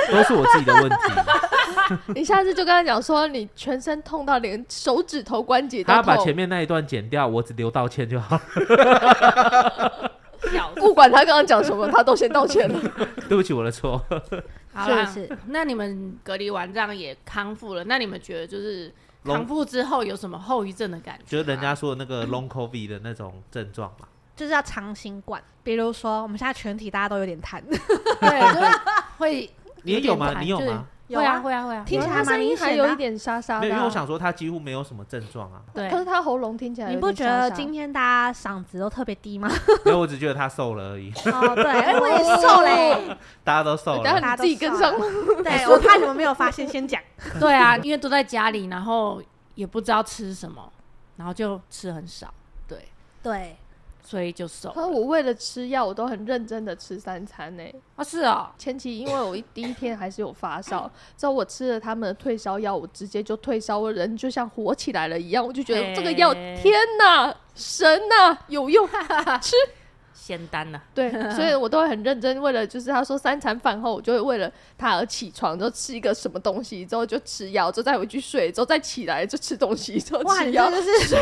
Speaker 5: 都是我自己的问题。
Speaker 4: 你下次就跟他讲说，你全身痛到连手指头关节都
Speaker 5: 他
Speaker 4: 痛。
Speaker 5: 把前面那一段剪掉，我只留道歉就好了。
Speaker 3: 笑死
Speaker 4: 不管他刚刚讲什么，他都先道歉 了。
Speaker 5: 对不起，我的错。
Speaker 3: 好
Speaker 2: 是
Speaker 3: 啦
Speaker 2: 不，是？
Speaker 3: 那你们隔离完这样也康复了，那你们觉得就是
Speaker 5: 龙
Speaker 3: 康复之后有什么后遗症的感觉吗？
Speaker 5: 就是人家说的那个 long covid 的那种症状嘛，
Speaker 2: 就是要长新冠，比如说我们现在全体大家都有点痰，
Speaker 3: 对，就是会
Speaker 5: 你也有吗？你有
Speaker 3: 就是
Speaker 5: 吗？
Speaker 2: 有
Speaker 3: 会啊，会啊会啊，
Speaker 2: 听起来
Speaker 4: 他
Speaker 2: 蛮
Speaker 4: 声
Speaker 2: 明
Speaker 4: 音还
Speaker 2: 显
Speaker 4: 有
Speaker 2: 的
Speaker 4: 一
Speaker 2: 啊。
Speaker 4: 点沙沙
Speaker 5: 没
Speaker 4: 的
Speaker 5: 有，因为我
Speaker 4: 啊，
Speaker 5: 想说他几乎没有什么症状啊，
Speaker 3: 对
Speaker 4: 可，是他喉咙听起来
Speaker 2: 你
Speaker 4: 有
Speaker 2: 不
Speaker 4: 点
Speaker 2: 觉
Speaker 4: 沙
Speaker 2: 得
Speaker 4: 沙
Speaker 2: 今天大家嗓子都特别低吗？
Speaker 5: 然后我只觉得他瘦了 而已，
Speaker 2: 哦，对，哎，我也瘦嘞。
Speaker 5: 大家都瘦
Speaker 4: 等
Speaker 5: 了。
Speaker 4: 下你自己跟上了，
Speaker 2: 对，我怕你们没有发现，先讲。
Speaker 3: 对啊，因为都在家里，然后也不知道吃什么，然后就吃很少，对，
Speaker 2: 对，
Speaker 3: 所以就瘦
Speaker 4: 可是我为了吃药，我都很认真的吃三餐呢、
Speaker 3: 啊，是哦，
Speaker 4: 前期因为我一第一天还是有发烧，之后我吃了他们的退烧药，我直接就退烧，我人就像火起来了一样，我就觉得这个药，
Speaker 3: 嘿
Speaker 4: 天哪，神呐、有用！
Speaker 3: 仙丹了，
Speaker 4: 对，所以我都会很认真，为了就是他说三餐饭后，我就会为了他而起床，之后吃一个什么东西，之后就吃药，之后再回去睡，之后再起来就吃东西，之后
Speaker 2: 哇，
Speaker 4: 吃
Speaker 2: 你
Speaker 4: 药
Speaker 2: 这。就是，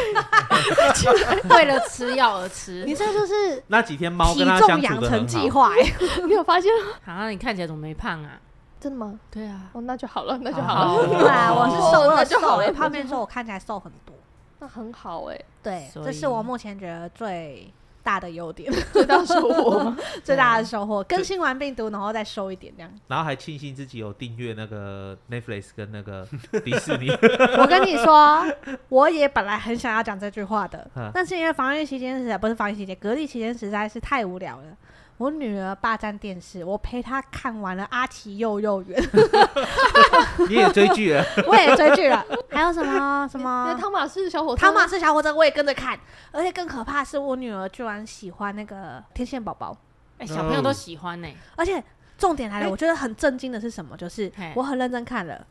Speaker 3: 为了吃药而吃
Speaker 2: 你，这就是
Speaker 5: 那几天猫
Speaker 2: 体
Speaker 5: 跟他相
Speaker 2: 重
Speaker 5: 处
Speaker 2: 养
Speaker 5: 的
Speaker 2: 成
Speaker 5: 很
Speaker 2: 计
Speaker 5: 好，
Speaker 2: 划。哎
Speaker 4: 你有发现？
Speaker 3: 啊，你看起来怎么没胖啊？
Speaker 4: 真的吗？
Speaker 3: 对啊，
Speaker 4: 哦，那就好了，那就好了，
Speaker 5: 哦
Speaker 2: 对 啊，我是瘦，我
Speaker 4: 哦那
Speaker 2: 有
Speaker 4: 就
Speaker 2: 瘦
Speaker 4: 好
Speaker 2: 哎。
Speaker 4: 了
Speaker 2: 胖面说我看起来瘦很多。
Speaker 4: 那很好哎、
Speaker 2: 对，
Speaker 3: 所
Speaker 2: 这是
Speaker 3: 以
Speaker 2: 我目前觉得最大的优点，
Speaker 4: 最大收获 吗？
Speaker 2: 最大的收获。更新完病毒，然后再瘦一点这样。
Speaker 5: 然后还庆幸自己有订阅那个 Netflix 跟那个迪士尼。
Speaker 2: 我跟你说， 我也本来很想要讲这句话的
Speaker 5: 嗯，
Speaker 2: 但是因为防疫期间实在不是防疫期间，隔离期间实在是太无聊了。我女儿霸占电视，我陪她看完了《阿奇幼幼园》，
Speaker 5: 你也追剧了，
Speaker 2: 我也追剧 了，还有什么什
Speaker 4: 那
Speaker 2: 么。
Speaker 4: 啊汤马士小火车，
Speaker 2: 汤马士小火车我也跟着看，而且更可怕的是我女儿居然喜欢那个天线宝宝，
Speaker 3: 哎，小朋友
Speaker 5: 嗯
Speaker 3: 都喜欢呢，
Speaker 2: 而且重点来了，
Speaker 3: 哎
Speaker 2: 我觉得很震惊的是什么？就是
Speaker 3: 嘿
Speaker 2: 我很认真看了，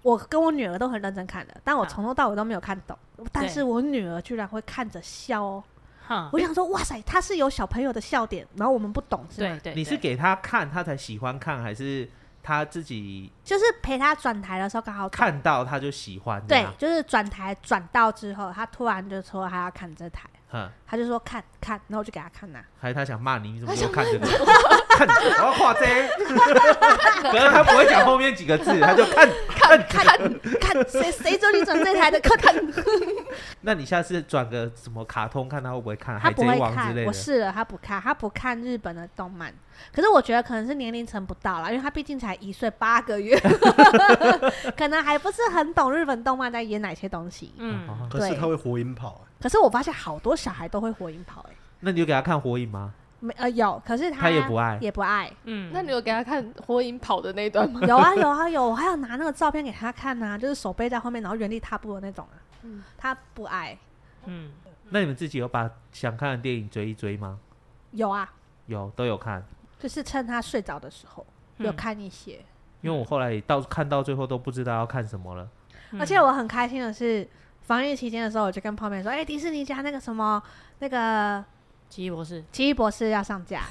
Speaker 2: 我跟我女儿都很认真看了，但我
Speaker 3: 啊
Speaker 2: 从头到尾都没有看懂，但是我女儿居然会看着笑哦。
Speaker 3: 哈，
Speaker 2: 我想说，哇塞，她是有小朋友的笑点，然后我们不懂是吗？
Speaker 3: 对对，
Speaker 5: 你是
Speaker 3: 对
Speaker 5: 给他看他才喜欢看，还是他自己
Speaker 2: 就是陪她转台的时候刚好
Speaker 5: 看到他就喜欢这
Speaker 2: 对
Speaker 3: 嗯
Speaker 5: 样？，
Speaker 2: 就是转台转到之后，她突然就说她要看这台，
Speaker 5: 嗯，
Speaker 2: 她就说看看，然后我就给她看呐、啊
Speaker 5: 还是他想骂你，你怎么给我看这个？ 看，我要画这 个。可是他不会讲后面几 个字，他就看看。
Speaker 2: 看看谁谁准你转这台的，看看
Speaker 5: 那你下次转个什么卡通，看他会不会看《
Speaker 2: 他
Speaker 5: 海
Speaker 2: 不
Speaker 5: 贼
Speaker 2: 会
Speaker 5: 王》之
Speaker 2: 看，
Speaker 5: 类
Speaker 2: 我
Speaker 5: 的？
Speaker 2: 试了，他不看，他不看日本的动漫。可是我觉得可能是年龄层不到啦，因为他毕竟才一岁八个月， 可能还不是很懂日本动漫在演哪些东西。
Speaker 5: 哦
Speaker 3: 嗯，
Speaker 1: 可是
Speaker 2: 对
Speaker 1: 他会火影跑、
Speaker 2: 可是我发现好多小孩都会火影跑、欸，
Speaker 5: 那你就给他看《火影》吗？
Speaker 2: 没呃有，可是他
Speaker 5: 他也不爱
Speaker 2: 也不爱。
Speaker 3: 嗯，
Speaker 4: 那你有给他看火影跑的那一段吗？
Speaker 2: 有啊有啊有，我还有拿那个照片给他看呐、就是手背在后面，然后原地踏步的那种啊。
Speaker 4: 嗯
Speaker 2: 他不爱，
Speaker 3: 嗯，
Speaker 5: 那你们自己有把想看的电影追一追吗？
Speaker 2: 有啊，
Speaker 5: 有，都有看。
Speaker 2: 就是趁他睡着的时候
Speaker 3: 嗯
Speaker 2: 有看一些。
Speaker 5: 因为我后来到看到最后都不知道要看什么了。
Speaker 3: 嗯
Speaker 2: 而且我很开心的是，防疫期间的时候，我就跟泡面说：“哎、迪士尼家那个什么那个
Speaker 3: 奇异博士，
Speaker 2: 奇异博士要上架，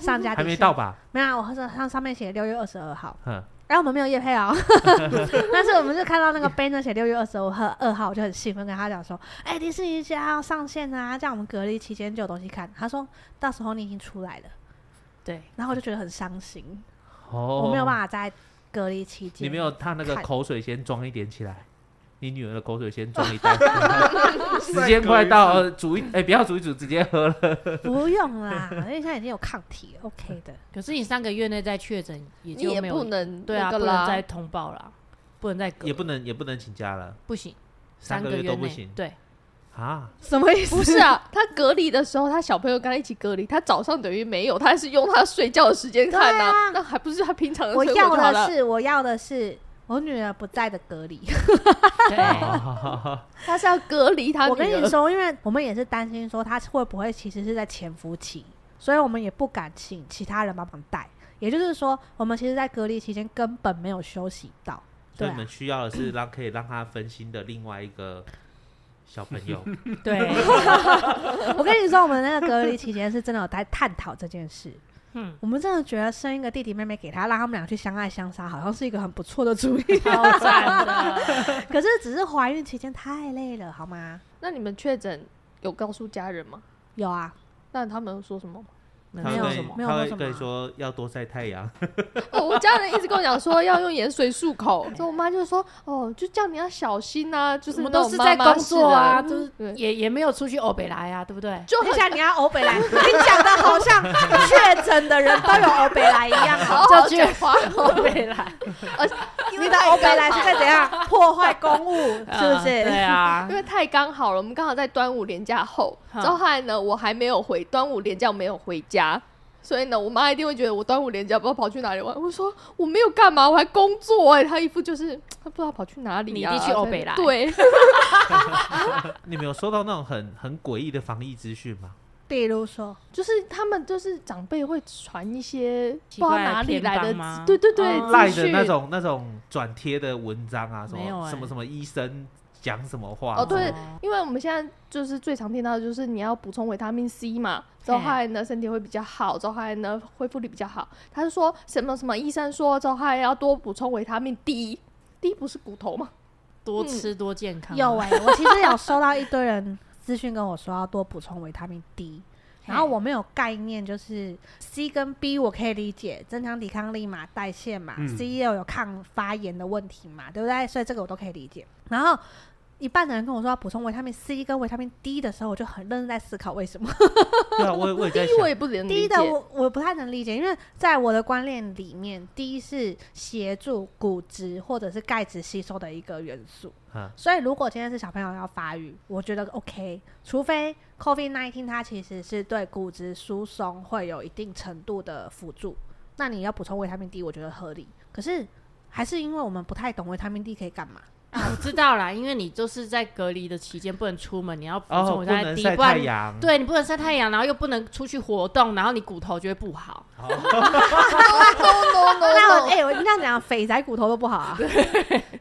Speaker 2: 上架
Speaker 5: 还
Speaker 2: 迪士
Speaker 5: 没
Speaker 2: 尼
Speaker 5: 到？吧？
Speaker 2: 没有、啊，我上上面写六月二十二号。
Speaker 5: 哼，
Speaker 2: 然后我们没有夜配 哦，但是我们就看到那个 banner 写六月二十五和二号，我就很兴奋，跟他讲说：“哎、迪士尼家要上线啊，这样我们隔离期间就有东西看。”他说：“到时候你已经出来了。
Speaker 3: 对，”
Speaker 2: 然后我就觉得很伤心，
Speaker 5: 哦，
Speaker 2: 我没有办法在隔离期间。
Speaker 5: 你没有他那个
Speaker 2: 看
Speaker 5: 口水先装一点起来，你女儿的口水先装一袋， 时间快到了，煮一哎、不要煮一煮，直接喝了。
Speaker 2: 不用啦，因为现在已经有抗体了，OK 的。
Speaker 3: 可是你三个月内再确诊，也
Speaker 4: 你
Speaker 3: 就
Speaker 4: 也
Speaker 3: 没
Speaker 4: 不
Speaker 3: 有，
Speaker 4: 能
Speaker 3: 对
Speaker 4: 那
Speaker 3: 啊，
Speaker 4: 个
Speaker 3: 不
Speaker 4: 啦
Speaker 3: 能再通报啦，不能再隔，
Speaker 5: 也不能也不能请假了，
Speaker 3: 不行，
Speaker 5: 三
Speaker 3: 个
Speaker 5: 个月都不
Speaker 3: 内
Speaker 5: 行
Speaker 3: 对，
Speaker 5: 啊！
Speaker 2: 什么意思？
Speaker 4: 不是啊，他隔离的时候，他小朋友跟他一起隔离，他早上等于没有，他还是用他睡觉的时间看
Speaker 2: 对啊
Speaker 4: 那还不是他平 常的
Speaker 2: 我
Speaker 4: 生活
Speaker 2: 要
Speaker 4: 就好
Speaker 2: 的
Speaker 4: 了。
Speaker 2: 是，我要的是我女儿不在的隔离。
Speaker 3: 对，
Speaker 4: 他是要隔离他女
Speaker 2: 我
Speaker 4: 儿。
Speaker 2: 跟你说，因为我们也是担心说她会不会其实是在潜伏期，所以我们也不敢请其他人帮忙带。也就是说，我们其实，在隔离期间根本没有休息到。
Speaker 5: 所
Speaker 2: 对、
Speaker 5: 以
Speaker 2: 啊
Speaker 5: 你们，需要的是让可以让他分心的另外一个小朋友。
Speaker 3: 对，
Speaker 2: 我跟你说，我们那个隔离期间是真的有在探讨这件 事。
Speaker 3: 嗯，
Speaker 2: 我们真的觉得生一个弟弟妹妹给他，让他们俩去相爱相杀，好像是一个很不错的主意。
Speaker 3: 超赞的，
Speaker 2: 可是只是怀孕期间太累了，好吗？
Speaker 4: 那你们确诊有告诉家人吗？
Speaker 2: 有啊，
Speaker 4: 那他们有说什么吗？
Speaker 3: 能
Speaker 5: 他
Speaker 2: 没有
Speaker 3: 说
Speaker 5: 会
Speaker 3: 什
Speaker 2: 什么
Speaker 3: 么？
Speaker 2: 没有
Speaker 5: 他
Speaker 2: 说
Speaker 5: 会
Speaker 2: 什么
Speaker 5: 跟你
Speaker 2: 啊
Speaker 5: 说要多晒太阳，
Speaker 4: 哦，我家人一直跟我讲说要用盐水漱口，所以我妈就说哦，就叫你要小心啊，就是
Speaker 3: 我们
Speaker 4: 那
Speaker 3: 都
Speaker 4: 种
Speaker 3: 是
Speaker 4: 妈
Speaker 3: 在
Speaker 4: 妈
Speaker 3: 工作啊，都
Speaker 4: 式
Speaker 3: 是
Speaker 4: 的嗯对，
Speaker 3: 也也没有出去欧北来啊，对不 对？
Speaker 4: 就
Speaker 2: 就
Speaker 4: 很
Speaker 2: 像你要欧北来，你讲的好像 确诊的人都有欧北来一样啊。
Speaker 4: 好好哦
Speaker 3: 这句
Speaker 4: 讲话。
Speaker 3: 欧北来，
Speaker 2: 你的欧北来是在怎样破坏公务，是不
Speaker 3: 呃对
Speaker 2: 是？
Speaker 3: 啊
Speaker 4: 因，为太刚好了，我们刚好在端午连假后，
Speaker 3: 嗯
Speaker 4: 然后后来呢，我还没有回端午连假，我没有回家，所以呢，我妈一定会觉得我端午连假不知道跑去哪里玩。我说我没有干嘛，我还工作哎、她一副就是她不知道跑去哪里、啊，
Speaker 3: 你一定去欧北来
Speaker 4: 对，
Speaker 5: 你们有收到那种很很诡异的防疫资讯吗？
Speaker 2: 比如说，
Speaker 4: 就是他们就是长辈会传一些不
Speaker 3: 奇
Speaker 4: 知道
Speaker 3: 怪
Speaker 4: 哪里来的
Speaker 3: 偏方吗
Speaker 4: 资，对对对，
Speaker 3: 哦
Speaker 4: 资
Speaker 5: 赖的那
Speaker 4: 讯
Speaker 5: 种那种转贴的文章啊，什
Speaker 3: 没有
Speaker 5: 么
Speaker 3: 欸
Speaker 5: 什么什么医生讲什么话
Speaker 4: 哦，对
Speaker 3: 哦，
Speaker 4: 因为我们现在就是最常听到的就是你要补充维他命 C 嘛，之后
Speaker 3: 嘿
Speaker 4: 后来呢身体会比较好，之后后来呢恢复力比较好。他是说什么什么医生说，之后后来要多补充维他命 D，D 不是骨 头吗？
Speaker 3: 多吃多健康啊。
Speaker 2: 有哎、我其实有收到一堆人私讯跟我说要多补充维他命 D，然后我没有概念，就是 C 跟 B 我可以理解，增强抵抗力嘛，代谢嘛、
Speaker 1: 嗯
Speaker 2: c 又有抗发炎的问题嘛，对不对？所以这个我都可以理解。然后一半的人跟我说要补充维他命 C 跟维他命 D 的时候，我就很认真在思考为什么。
Speaker 5: 对啊，我也我也在
Speaker 4: D 我
Speaker 5: 想，
Speaker 4: 也不能
Speaker 2: 第
Speaker 4: 嗯理
Speaker 2: 一
Speaker 4: 解
Speaker 2: 的。我我不太能理解，因为在我的观念里面，第一是协助骨质或者是钙质吸收的一个元素。
Speaker 5: 啊
Speaker 2: 所以如果今天是小朋友要发育，我觉得 OK，除非 COVID 1 9它其实是对骨质疏松会有一定程度的辅助，那你要补充维他命 D，我觉得合理。可是还是因为我们不太懂维他命 D 可以干嘛。
Speaker 3: 啊我知道啦，因为你就是在隔离的期间不能出门，你要补
Speaker 5: 哦，
Speaker 3: 充
Speaker 5: 不
Speaker 3: 维他命
Speaker 5: 能
Speaker 3: D，
Speaker 5: 晒
Speaker 3: 不
Speaker 5: 太
Speaker 3: 然
Speaker 5: 阳，
Speaker 3: 对你不能晒太阳，然后又不能出去活动，然后你骨头就会不好。
Speaker 5: 哦
Speaker 4: No no
Speaker 2: 那我
Speaker 4: no
Speaker 2: 哎、我那讲肥宅骨头都不好啊。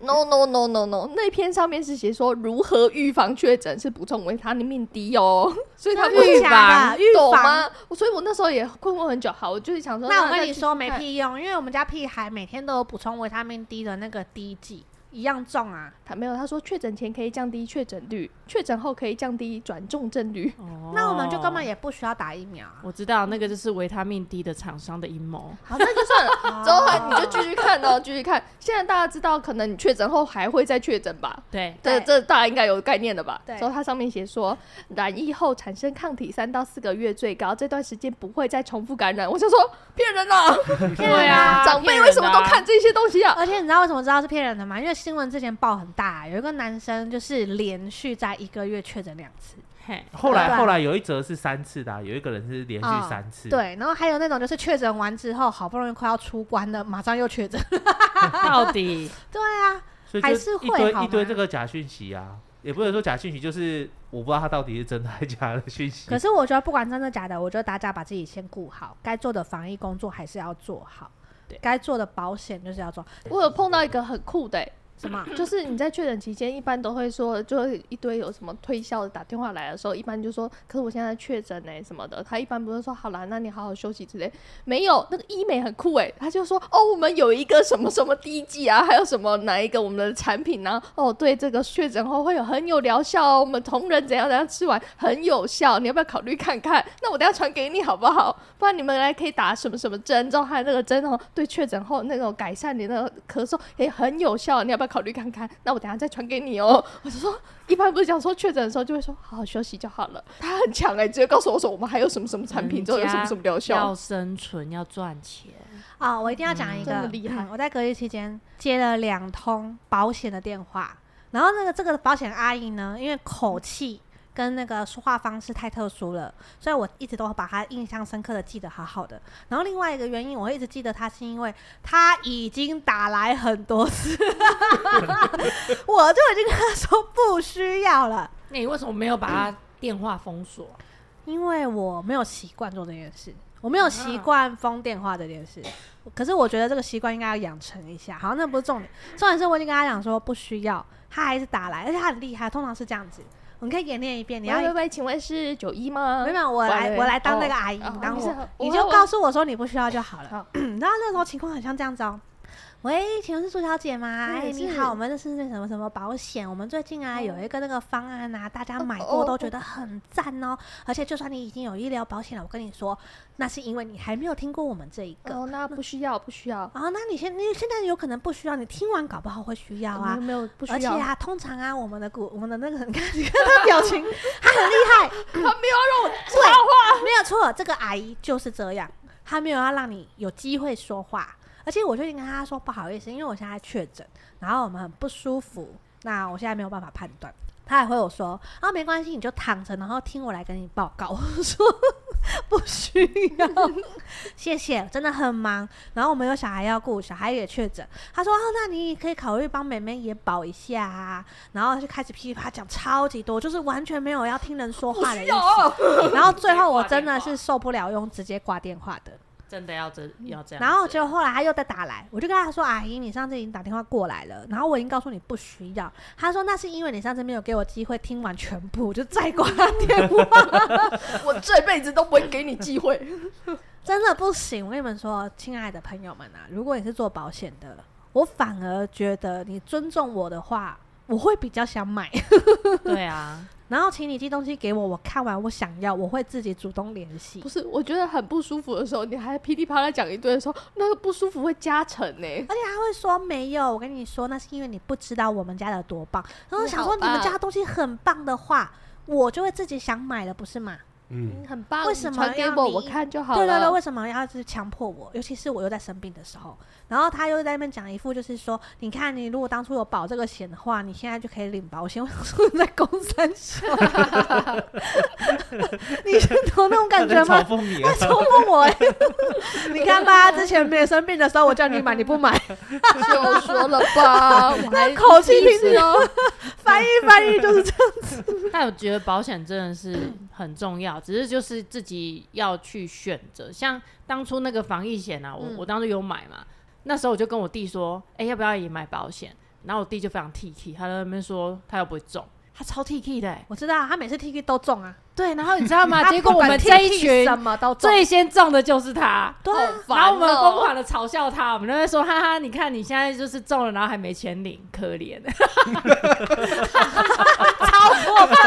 Speaker 4: no no no no no，那篇上面是写说如何预防确诊是补充维他命 D 哦， 所以他
Speaker 2: 真
Speaker 4: 不
Speaker 2: 的
Speaker 4: 是
Speaker 3: 预
Speaker 2: 假的
Speaker 3: 防
Speaker 2: 预
Speaker 4: 懂
Speaker 2: 防啊
Speaker 4: 吗？我所以我那时候也困惑很久，好，我就是想说，
Speaker 2: 那我
Speaker 4: 再
Speaker 2: 跟你
Speaker 4: 去
Speaker 2: 说
Speaker 4: 去
Speaker 2: 没
Speaker 4: 看，
Speaker 2: 屁用，因为我们家屁孩每天都有补充维他命 D 的那个 D 剂，一样重啊。
Speaker 4: 他没有，他说确诊前可以降低确诊率，确诊后可以降低转重症率。
Speaker 3: 哦
Speaker 2: 那我们就根本
Speaker 3: 也
Speaker 2: 也不需要打疫苗啊。
Speaker 3: 我知道那个就是维他命 D 的厂商的阴谋。
Speaker 4: 好，那就算 了。之后
Speaker 2: 啊
Speaker 4: 你就继续看 哦，继续看。现在大家知道，可能你确诊后还会再确诊吧？
Speaker 3: 对，
Speaker 4: 这
Speaker 2: 对
Speaker 4: 这大家应该有概念的吧？
Speaker 2: 对
Speaker 4: 之后它上面写说，染疫后产生抗体三到四个月最高，这段时间不会再重复感染。我就说骗人啦、
Speaker 3: 对啊，
Speaker 4: 长辈为什么都看这些东西啊？
Speaker 2: 而且你知道为什么知道是骗人的吗？因为新闻之前报很大、啊有一个男生就是连续在一个月确诊两次，
Speaker 3: 嘿？
Speaker 5: 后
Speaker 2: 对
Speaker 5: 来
Speaker 2: 啊
Speaker 5: 后来有一则是三次的啊、有一个人是连
Speaker 2: 啊
Speaker 5: 续三次，，
Speaker 2: 对，然后还有那种就是确诊完之后，好不容易快要出关了，马上又确诊，
Speaker 3: 啊到底
Speaker 2: 对啊，
Speaker 5: 所以
Speaker 2: 还
Speaker 5: 就是一
Speaker 2: 会
Speaker 5: 堆
Speaker 2: 好
Speaker 5: 一堆
Speaker 2: 吗
Speaker 5: 这个假讯息啊，也不能说假讯息，就是我不知道他到底是真的还是假的讯息
Speaker 2: 可。是我觉得不管真的假的，我觉得大家把自己先顾好，该做的防疫工作还是要做好
Speaker 3: 对，
Speaker 2: 该做的保险就是要做
Speaker 4: 我有碰到一个很酷的欸、
Speaker 2: 什么？
Speaker 4: 就是你在确诊期间，一般都会说，就是一堆有什么推销的打电话来的时候，一般就说，可是我现在确诊呢什么的，他一般不是说好啦，那你好好休息之类，没有那个医美很酷诶、他就说哦，我们有一个什么什么滴剂啊，还有什么哪一个我们的产品呢、哦，对，这个确诊后会有很有疗效哦，我们同仁怎样怎样吃完很有效，你要不要考虑看看？那我等一下传给 你好哦不好？不然你们来可以打什么什么针，之后还有那个针哦，对确诊后那种改善你那个咳嗽也很有效，你要不要考虑看看？那我等一下再传给你哦。我就说，一般不是讲说确诊的时候就会说好好休息就好了，他很强哎、直接告诉我说我们还有什么什么产品，
Speaker 3: 人
Speaker 4: 之后有
Speaker 3: 家
Speaker 4: 什么什么疗效
Speaker 3: 要。生存要赚钱，
Speaker 2: 啊、我一定要讲一个、
Speaker 4: 嗯真的厉害
Speaker 2: 我在隔离期间接了两通保险的电话，然后那个这个保险阿姨呢，因为口气跟那个说话方式太特殊了，所以我一直都把她印象深刻的记得好好的。然后另外一个原因，我会一直记得她，是因为她已经打来很多次， 我就已经跟她说不需要了，
Speaker 3: 那你为什么没有把他电话封锁？
Speaker 2: 因为我没有习惯做这件事，我没有习惯封电话这件事。可是我觉得这个习惯应该要养成一下。好，那不是重点，重点是我已经跟他讲说不需要，他还是打来，而且他很厉害，通常是这样子。你可以演练一遍，你
Speaker 4: 你
Speaker 2: 要
Speaker 4: 要喂喂，请问是九一吗？
Speaker 2: 没有，我来我来当那个阿姨，
Speaker 4: 哦
Speaker 2: 当
Speaker 4: 你是
Speaker 2: 我，
Speaker 4: 我
Speaker 2: 你
Speaker 4: 我
Speaker 2: 就告诉我说你不需要就好了
Speaker 4: 好。
Speaker 2: 然后那时候情况很像这样子哦。喂，请问是朱小姐吗？
Speaker 4: 嗯
Speaker 2: 哎，你
Speaker 4: 是
Speaker 2: 好，我们这是那什么什么保险，我们最近啊有一个那个方案啊，大家
Speaker 4: 哦
Speaker 2: 买
Speaker 4: 哦
Speaker 2: 过
Speaker 4: 哦
Speaker 2: 都觉得很赞哦。而且就算你已经有医疗保险了，我跟你说，那是因为你还没有听过我们这一个。
Speaker 4: 哦，那不需要，不需要。
Speaker 2: 啊、那你现你现在有可能不需要，你听完搞不好会需要啊。
Speaker 4: 哦没有，不需
Speaker 2: 而且
Speaker 4: 要。
Speaker 2: 啊，通常啊，我们的股，我们的那个，你看，你看他表情， 他很厉害，
Speaker 4: 他没有要让我
Speaker 2: 对，啊没有错，这个阿姨就是这样，她没有要让你有机会说话，而而且我就已经跟他说不好意思，因为我现在确诊，然后我们很不舒服，那我现在没有办法判断。他还回我说啊，没关系，你就躺着，然后听我来跟你报告。我说不需要， 谢谢，真的很忙。然后我们有小孩要顾，小孩也确诊。他说哦，那你也可以考虑帮妹妹也保一下啊。然后就开始噼里啪啦讲超级多，就是完全没有要听人说话的意思。然后最后我真的是受不了，用直接挂电话的。
Speaker 3: 真的要这要这样子。
Speaker 2: 然后就后来他又再打来，我就跟他说：“阿姨，你上次已经打电话过来了，然后我已经告诉你不需要。”他说：“那是因为你上次没有给我机会听完全部，我就再挂电话。
Speaker 4: 我这辈子都不会给你机会。
Speaker 2: 真的不行。”我跟你们说，亲爱的朋友们啊，如果你是做保险的，我反而觉得你尊重我的话，我会比较想买。
Speaker 3: 对啊，
Speaker 2: 然后请你寄东西给我，我看完我想要，我会自己主动联系
Speaker 4: 不。是，我觉得很不舒服的时候，你还噼里啪啦讲一堆的时候，那个不舒服会加成呢、
Speaker 2: 而且他会说没有，我跟你说，那是因为你不知道我们家的多棒。然后
Speaker 4: 你
Speaker 2: 想
Speaker 4: 嗯好
Speaker 2: 说你们
Speaker 4: 棒
Speaker 2: 家的东西很棒的话，我就会自己想买了，不是吗？
Speaker 1: 嗯，
Speaker 4: 很棒
Speaker 2: 为什么
Speaker 4: 传给
Speaker 2: 要
Speaker 4: 我，
Speaker 2: 你
Speaker 4: 我看就好了。
Speaker 2: 对对对，为什么要一直强迫我？尤其是我又在生病的时候，然后他又在那边讲一副就是说，你看你如果当初有保这个险的话，你现在就可以领保险。我想说你在公三 小，你是有那种
Speaker 5: 他
Speaker 2: 感
Speaker 5: 在
Speaker 2: 觉
Speaker 5: 嘲
Speaker 2: 吗？
Speaker 5: 讽你
Speaker 2: 在
Speaker 5: 啊！
Speaker 2: 嘲讽我、欸， 你看吧，之前没有生病的时候，我叫你买你不买，
Speaker 4: 就说了 吧，我还
Speaker 2: 口气平
Speaker 4: 是哦，
Speaker 2: 翻译翻译就是这样。
Speaker 3: 但我觉得保险真的是很重要，只是就是自己要去选择。像当初那个防疫险啊，我、
Speaker 2: 嗯
Speaker 3: 我当初有买嘛，那时候我就跟我弟说，哎、要不要也买保险？然后我弟就非常 T K，他在那边说他又不会中，他超 T K 的、欸，
Speaker 2: 我知道他每次 T K 都中啊，
Speaker 3: 对。然后你知道 吗？
Speaker 2: 他
Speaker 3: 结果
Speaker 2: 不
Speaker 3: 我
Speaker 2: 管
Speaker 3: 们这一
Speaker 2: TT
Speaker 3: 群
Speaker 2: 什么都中，
Speaker 3: 最先中的就是他。
Speaker 2: 对啊，
Speaker 3: 然后我们疯
Speaker 4: 狂
Speaker 3: 狂的嘲笑他，我们都在说：“哈哈，你看你现在就是中了，然后还没钱领，可怜。
Speaker 2: 超过分，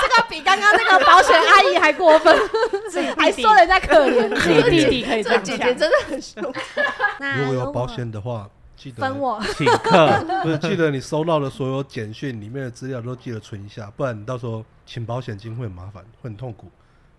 Speaker 2: 这个比刚刚那个保险阿姨还过分， 还说人家可怜”。
Speaker 3: 自己弟弟可以这
Speaker 4: 这
Speaker 3: 样
Speaker 4: 姐
Speaker 3: 讲，
Speaker 4: 姐真的很凶，
Speaker 2: 那
Speaker 1: 如果有保险的话，记得
Speaker 2: 分啊我，
Speaker 5: 请客，
Speaker 1: 不是记得你收到的所有简讯里面的资料都记得存一下，不然你到时候请保险金会很麻烦，会很痛苦，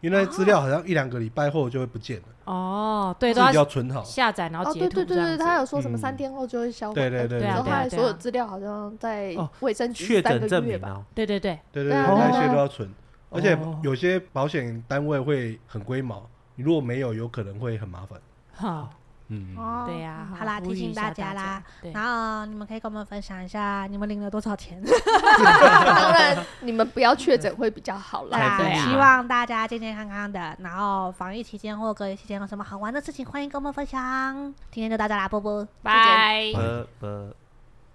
Speaker 1: 因为那些资料好像一两个礼拜后就会不见了，
Speaker 3: 哦，对，
Speaker 1: 自
Speaker 3: 都
Speaker 1: 己要
Speaker 3: 要
Speaker 1: 存好。
Speaker 3: 下载，然后
Speaker 4: 哦，
Speaker 3: 截
Speaker 4: 对
Speaker 3: 图
Speaker 4: 对
Speaker 3: 这
Speaker 4: 对
Speaker 3: 样
Speaker 4: 对，
Speaker 3: 子。
Speaker 4: 他有说什
Speaker 1: 嗯
Speaker 4: 么三天后就会消完，
Speaker 1: 对对对
Speaker 3: 对啊
Speaker 4: 然后
Speaker 3: 对
Speaker 4: 他
Speaker 3: 啊
Speaker 4: 还
Speaker 3: 对
Speaker 4: 所有
Speaker 3: 啊
Speaker 4: 资料好像在
Speaker 5: 哦
Speaker 4: 卫生局
Speaker 5: 确
Speaker 4: 三
Speaker 5: 诊
Speaker 4: 个
Speaker 5: 证
Speaker 4: 月
Speaker 5: 明
Speaker 4: 吧，
Speaker 5: 哦，
Speaker 3: 对对对，
Speaker 1: 对对
Speaker 4: 对
Speaker 1: 对，
Speaker 4: 啊
Speaker 1: 那
Speaker 4: 对啊
Speaker 1: 些都要存，而且
Speaker 5: 哦
Speaker 1: 有些保险单位会很龟毛，你如果没有，有可能会很麻烦。
Speaker 3: 哈，
Speaker 1: 嗯，
Speaker 2: 哦
Speaker 3: 对呀、
Speaker 2: 好啦，
Speaker 3: 呼
Speaker 2: 提
Speaker 3: 吁一
Speaker 2: 醒大
Speaker 3: 下大
Speaker 2: 家啦，，
Speaker 3: 对，
Speaker 2: 然后你们可以跟我们分享一下你们领了多少 钱，
Speaker 4: 当然你们不要确诊会比较好啦。
Speaker 5: 财富
Speaker 2: 对，啊
Speaker 5: 密码
Speaker 2: 希望大家健健康康的，然后防疫期间或隔离期间有什么好玩的事情，欢迎跟我们分享。今天就到这啦，波波。
Speaker 3: 拜。
Speaker 5: 不不。